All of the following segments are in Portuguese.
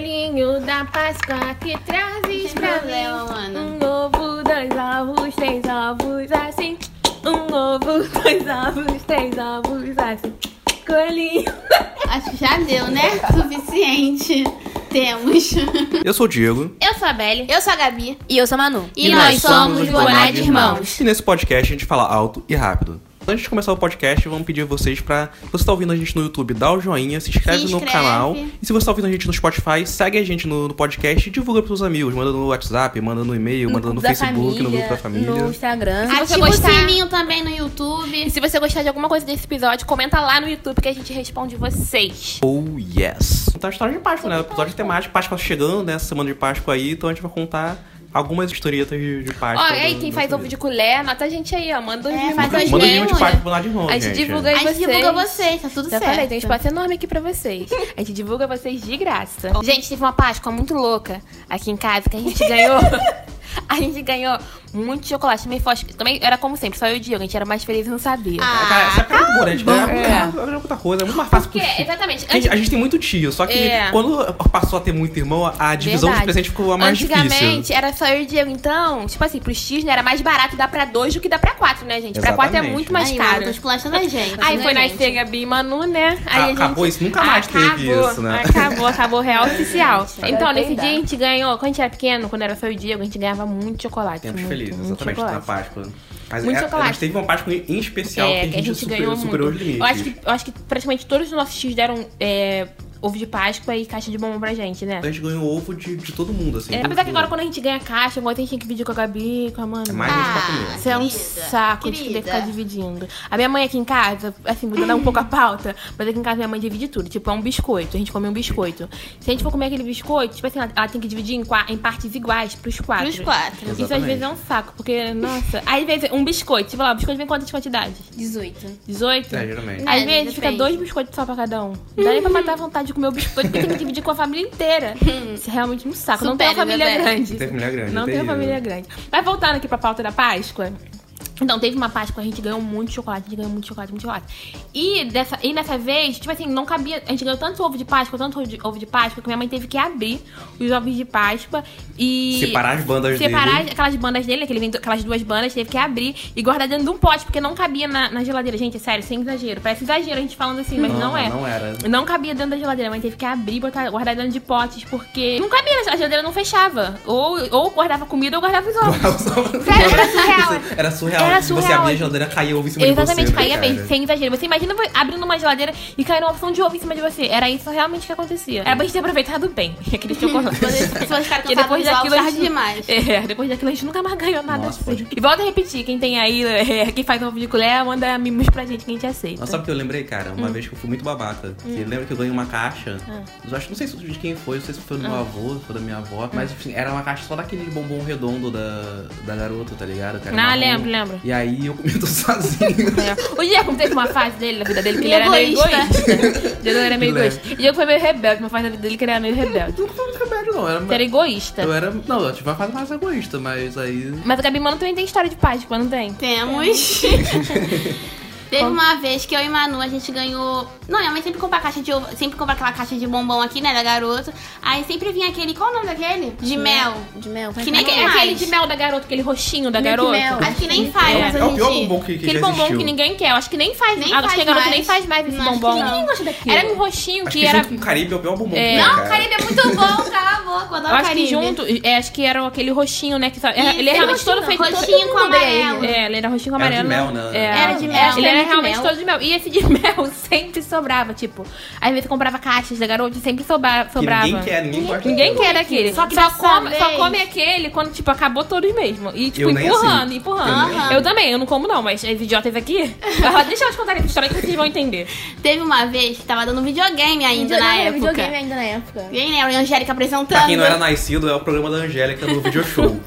Coelhinho da Páscoa que trazes Sem pra problema, mim mana. Um ovo, dois ovos, três ovos, assim Um ovo, dois ovos, três ovos, assim Coelhinho Acho que já deu, né? Suficiente. Temos. Eu sou o Diego. Eu sou a Belle Eu sou a Gabi. E eu sou a Manu. E, nós, somos os Boná de Irmãos. E nesse podcast a gente fala alto e rápido. Antes de começar o podcast, vamos pedir a vocês pra. Se você tá ouvindo a gente no YouTube, dá o joinha, se inscreve, Se no inscreve. canal. E se você tá ouvindo a gente no Spotify, segue a gente no, no podcast e divulga pros seus amigos. Manda no WhatsApp, manda no e-mail, manda no grupo da Facebook, no grupo da família. No Instagram. Se você Ativa Ah, gostar- o sininho também no E YouTube. tipo se você gostar de alguma coisa desse episódio Comenta lá no YouTube que a gente responde vocês Oh yes! Então a história de Páscoa, né? Episódio temático, Páscoa chegando, né? Essa semana de Páscoa aí, então a gente vai contar algumas historietas de, de Ó, Páscoa. e aí do- quem do faz filho. ovo de colher, nota a gente aí, ó Manda um É, faz manda um dois Manda e-mail. e-mail de memos. né? Páscoa pro lado de irmão, A gente divulga A aí gente vocês divulga vocês, tá tudo Já certo. falei, tem um espaço enorme aqui pra vocês. A gente divulga vocês de graça. Gente, teve uma Páscoa muito louca aqui em casa que a gente ganhou. a gente ganhou muito chocolate, também forte. Também era como sempre, só eu e o Diego, a gente era mais feliz e não sabia. Ah, Cara, essa época é muito boa, né? A gente ganha muita- muita coisa, é muito mais fácil Tá Porque, pro filho. exatamente. A gente, a antes- gente tem muito tio, só que É. quando passou a ter muito irmão, a divisão Verdade. de presente ficou a mais Antigamente, difícil. era só eu e o Diego, então, tipo assim, pros tios, né, era mais barato dar pra dois do que dar pra quatro, né, gente? Pra quatro é Exatamente. muito mais Aí, caro. mano, tá esculachando a gente. Aí né, foi gente? nascer Gabi e Manu, né? Aí A- a gente- Ah, acabou isso, nunca mais teve Acabou, isso, né? Acabou, acabou o real oficial. Então, é agora tem nesse dia data. a gente ganhou, quando a gente era pequeno, quando era só o Diego, a gente ganhava muito chocolate. Tempos muito, felizes, muito exatamente, na chocolate. Páscoa. Mas Muito é, chocolate. mas teve uma Páscoa em especial É, que a gente, superou, ganhou superou os muito. limites. Eu acho, que, eu acho que praticamente todos os nossos tios deram é, ovo de Páscoa e caixa de bombom pra gente, né? A gente ganhou ovo de, de todo mundo, assim. É, todo apesar que mundo. agora quando a gente ganha caixa, agora a gente tem que dividir com a Gabi, com a Manu. É mais gente pra comer. Isso é um Querida, saco de poder querida. ficar dividindo. A minha mãe aqui em casa, assim, mudando um pouco a pauta, mas aqui em casa minha mãe divide tudo. Tipo, é um biscoito, a gente come um biscoito. Se a gente for comer aquele biscoito, tipo assim, ela, ela tem que dividir em, qua- em partes iguais pros quatro. Pros quatro. Isso às Exatamente. vezes é um saco, porque, nossa. Às vezes, um biscoito, tipo lá, o biscoito vem quantas quantidades? 18. 18? É, geralmente. Às É, vezes fica depende. dois biscoitos só pra cada um. Não dá nem pra matar a vontade de comer o biscoito, porque tem que dividir com a família inteira. Isso é realmente um saco. não tem uma Hum. Supere, família Bebé. grande. Não tem família grande, Não é tem uma terrível. família grande. Mas voltando aqui pra pauta da Páscoa. Então, teve uma Páscoa, a gente ganhou muito chocolate, a gente ganhou muito chocolate, muito chocolate. E dessa, e dessa vez, tipo assim, não cabia. A gente ganhou tanto ovo de Páscoa, tanto ovo de, ovo de Páscoa, que minha mãe teve que abrir os ovos de Páscoa e. Separar as bandas Separar dele. aquelas bandas dele, aquele, vento- aquelas duas bandas, teve que abrir e guardar dentro de um pote, porque não cabia na, na geladeira. Gente, é sério, sem exagero. Parece exagero a gente falando assim, mas não, é. Não era. Não cabia dentro da geladeira, mas teve que abrir e botar, guardar dentro de potes, porque não cabia, a geladeira não fechava. Ou, ou guardava comida ou guardava os ovos. Sério, era surreal. Era surreal. Tipo, Era Você surreal. abria a geladeira, caía ovo em cima de Exatamente, você. né, caía cara? mesmo, sem exagero. Você imagina vo- abrindo uma geladeira e cair uma opção de ovo em cima de você. Era isso realmente que acontecia. Era pra gente ter aproveitado bem aquele chocolate. Pessoas ficaram Porque cansadas dos ovos depois daquilo a tarde gente... demais. É, depois daquilo a gente nunca mais ganhou nada Nossa, assim. pode E volta a repetir, quem tem aí, é, quem faz ovo de colher, manda mimos pra gente que a gente aceita. Mas sabe o que eu lembrei, cara? Hum. Uma vez que eu fui muito babaca. Que lembra que eu ganhei uma caixa. Hum. Eu acho, não sei se de quem foi, não sei se foi do meu avô, se foi da minha avó. Mas enfim, era uma caixa só daquele bombom redondo da, da garota, tá ligado? Cara, Ah, marrom. lembro, lembro. E aí eu comi tudo sozinho. É. O Diego teve uma fase dele, na vida dele, que ele Meio era meio egoísta. egoísta. O Diego era meio Lembro. egoísta. O Diego foi meio rebelde, uma fase da vida dele que ele era meio rebelde. não foi muito remédio, não. Era, Você era egoísta. eu era. Não, eu tive uma fase mais egoísta, mas aí. Mas o Gabi Mano também tem história de Páscoa, não tem? Temos. Teve uma vez que eu e Manu, a gente ganhou. Não, minha mãe sempre compra caixa de ovo- sempre compra aquela caixa de bombom aqui, né? Da garoto. Aí sempre vinha aquele. Qual o nome daquele? De mel. De mel. Que É nem aquele, mais. aquele de mel da garota, aquele roxinho da Milk garota. mel. Acho que nem faz, né, mas a é o pior gente- bombom que, que Aquele já bombom existiu. que ninguém quer. Eu acho que nem faz. Nem acho que faz a garota mais. nem faz mais esse Não, acho que bombom. não. Ninguém gosta daquilo. Era um roxinho Acho que, que, era. junto com o Caribe é o pior bombom É. que tem, Não, cara. Caribe é muito bom, cala a boca. Eu Eu adoro acho Caribe. que junto, é, acho que era aquele roxinho, né? Que só- era- ele Isso, é era realmente roxinho, todo feito todo roxinho com mundo odeia ele. amarelo. É, ele era roxinho com Era de amarelo. mel, né? É. Era de mel. Ele Era era de realmente mel. todo de mel. E esse de mel sempre sobrava, tipo. Às vezes comprava caixas da garota e sempre sobra- Que sobrava. ninguém quer, ninguém gosta. é Ninguém daquilo. quer aquele. Só, que dessa come, só vez- come aquele quando, tipo, acabou todos mesmo. E, tipo, Eu nem empurrando, assim. empurrando. Eu nem- Eu também, eu não como não, mas as idiotas aqui. Ela- Deixa elas contarem essa história que vocês vão entender. Teve uma vez que tava dando videogame ainda na época. videogame ainda na época. Ninguém lembra, a Angélica apresentando. Pra quem não era nascido, é o programa da Angélica no Video Show.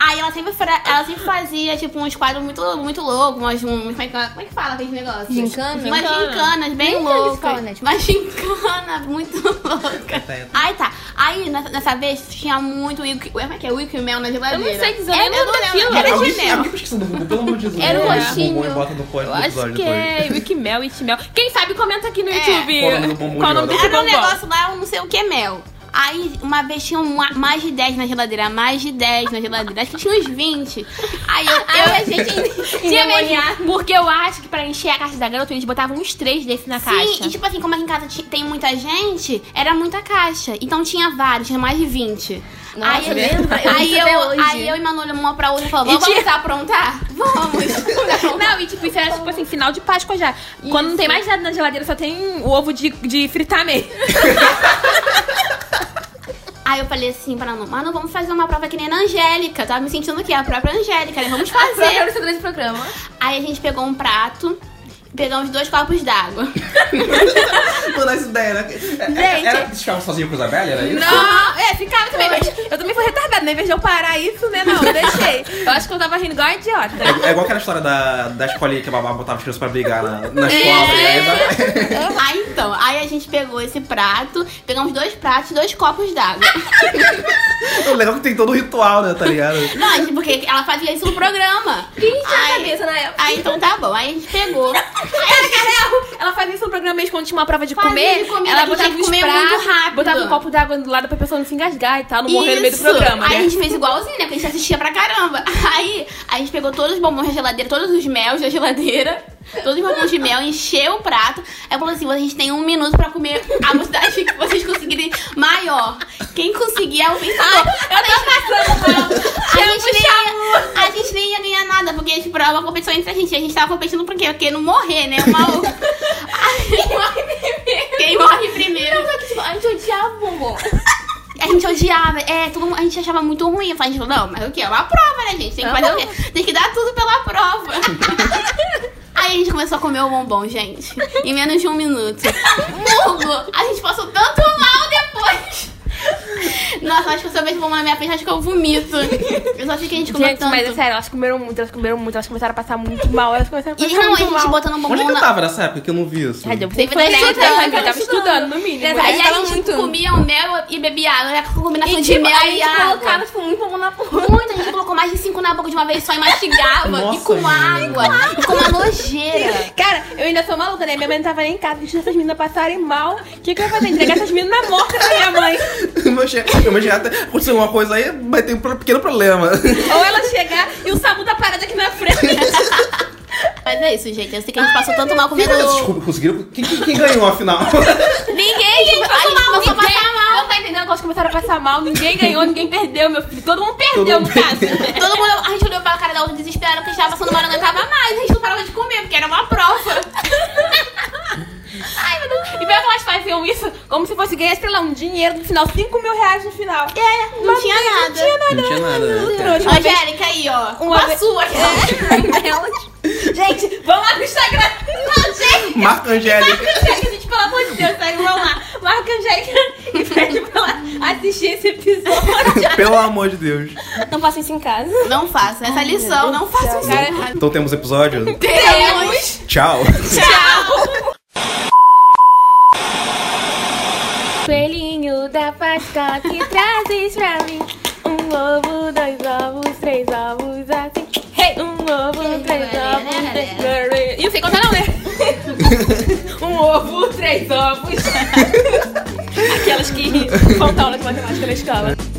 Aí ela sempre, fra- ela sempre fazia, tipo, uns quadros muito, muito loucos, umas, um, como, é que, como é que fala aquele negócio? Gincana? Umas Gincana. gincanas, bem Nem loucas. gincana, tipo- Umas gincanas muito loucas. Aí tá. Aí nessa, nessa vez tinha muito Wick, como é que é? Wick Mel na Eu geladeira. não sei dizer, É, eu nem lembro daquilo. Era um de Alguém, mel. alguém pesquisa no Google, pelo amor de Jesus. Era um Google roxinho. e bota no post Eu do acho episódio que depois. é Wikimel, Itimel. Quem sabe comenta aqui no YouTube Qual o nome do bombom qual de o nome mel? desse É. Era um bombom. negócio lá, eu não sei o que é mel. Aí, uma vez tinha uma- mais de 10 na geladeira, mais de 10 na geladeira. Acho que tinha uns 20. Aí eu, eu a gente Tinha mesmo, porque eu acho que pra encher a caixa da garota, eles botavam uns três desses na caixa. Sim, e tipo assim, como aqui em casa ti- tem muita gente, era muita caixa. Então tinha vários, tinha mais de 20. Nossa, aí, lembra? Eu aí, lembro até hoje. eu, aí eu e Manu olhamos uma pra outra e falamos, vamos aprontar? Vamos. Não, e tipo, isso era tipo assim, final de Páscoa já. Quando não tem mais nada na geladeira, só tem o ovo de, de fritar mesmo. aí eu falei assim pra Manu, Manu, vamos fazer uma prova que nem na Angélica. Eu Tava me sentindo que é a própria Angélica, né? Vamos fazer. Agora você traz o programa. Aí a gente pegou um prato, pegamos dois copos d'água. Toda essa ideia, né? Gente. Era que ficavam sozinhos com a Isabelle, era isso? Não, é, ficava também, mas eu também fui retardada, né? Em vez de eu parar isso, né? Não, eu deixei. Eu acho que eu tava rindo igual a idiota. É, é igual aquela história da, da escolinha que a babá botava as crianças pra brigar na, na escola. tá e aí dá- aí então, aí a gente pegou esse prato, pegamos dois pratos, dois copos d'água. O legal é que tem todo o ritual, né, tá ligado? Não, gente, porque ela fazia isso no programa. Quem tinha a Ai. cabeça na época? Aí então tá bom, aí a gente pegou. Cara, que real! Ela fazia isso no programa mesmo quando tinha uma prova de Fazia comer. de comida ela que botava tinha que uns comer pratos, muito rápido. botava um copo d'água do lado pra pessoa não se engasgar e tal, não morrer tá no meio do Isso. programa. Aí né? a gente fez igualzinho, né? Porque a gente assistia pra caramba. Aí a gente pegou todos os bombons da geladeira, todos os mel da geladeira, todos os bombons de mel, encheu o prato. Aí falou assim: vocês têm um minuto pra comer a quantidade que vocês conseguirem maior. Quem conseguir é o vencedor. eu tô passando, a gente, nem ia, a gente nem ia ganhar nada, porque tipo, era uma competição entre a gente. A gente tava competindo por quê? Porque não morrer, né? Uma... Quem morre primeiro? Quem morre primeiro? A gente odiava o bombom. A gente odiava, é, todo mundo- a gente achava muito ruim. Eu falei, a gente falou, não, mas o que? É uma prova, né, gente? Tem que fazer o quê? Tem que dar tudo pela prova. Aí a gente começou a comer o bombom, gente. Em menos de um minuto. Murgo! A gente passou tanto mal depois. Nossa, acho que se eu vejo bombom na minha frente, acho que eu vomito. Eu só sei que a gente comeu Gente, tanto. mas é sério, elas comeram muito, elas comeram muito, elas começaram a passar muito mal, elas começaram a E passar não, a muito gente mal. botando o Onde bombom é que eu na... tava nessa época que eu não vi isso? Ai, eu sempre Tava fui estudando, estudando. eu tava estudando, no mínimo. Exato. Aí a Tava gente muito. comia o mel e bebia água. Era com combinação E de tipo, mel aí e a gente água. colocava, tipo, muito bombom na porra. Muito, a gente colocou mais de cinco na boca de uma vez só e mastigava. e Nossa, com gente. água. E com uma nojeira. Cara, eu ainda sou maluca, né? Minha mãe não tava nem em casa, deixa essas meninas passarem mal. O que, que eu ia fazer? Entregar essas meninas na morte da minha mãe. Eu imaginei até aconteceu alguma coisa aí, vai ter um pro- pequeno problema. Ou ela chegar e o Samu tá parado aqui na frente. Mas é isso, gente. Eu sei que a gente passou tanto mal comendo. Desculpa, conseguiram? Quem, quem- quem ganhou afinal? Ninguém, gente, passou Ai, mal, passou ninguém. Não tá entendendo? Elas começaram a passar mal, ninguém ganhou, ninguém perdeu, meu filho. Todo mundo perdeu, Todo no mundo caso. Todo mundo, a gente olhou pra cara da outra desesperada porque a gente tava passando mal, não aguentava mais. A gente não parava de comer, porque era uma prova. Ai, meu Deus. E pior que elas faziam isso como se fosse ganhar, sei lá, um dinheiro no final, 5 mil reais no final. É, não tinha nada. Um Não tinha nada. cara. Trouxa. Angélica aí, ó. Uma Uma, vez- sua. Gente, vamos lá no Instagram. Não, gente. Marca Angélica. Angélica, gente, pelo amor de Deus, segue, vamos lá. Marca a Angélica e pede pra ela assistir esse episódio. Pelo amor de Deus. Não faço isso em casa. Não faça essa lição, não faça isso. Então temos episódio. Temos. Tchau. Coelhinho da Páscoa que trazes pra mim. Um ovo, dois ovos, três ovos, assim. Hey! Um ovo, três ovos, três E não sei contar não, né? um ovo, três ovos. Aquelas que faltam aula de matemática na escola.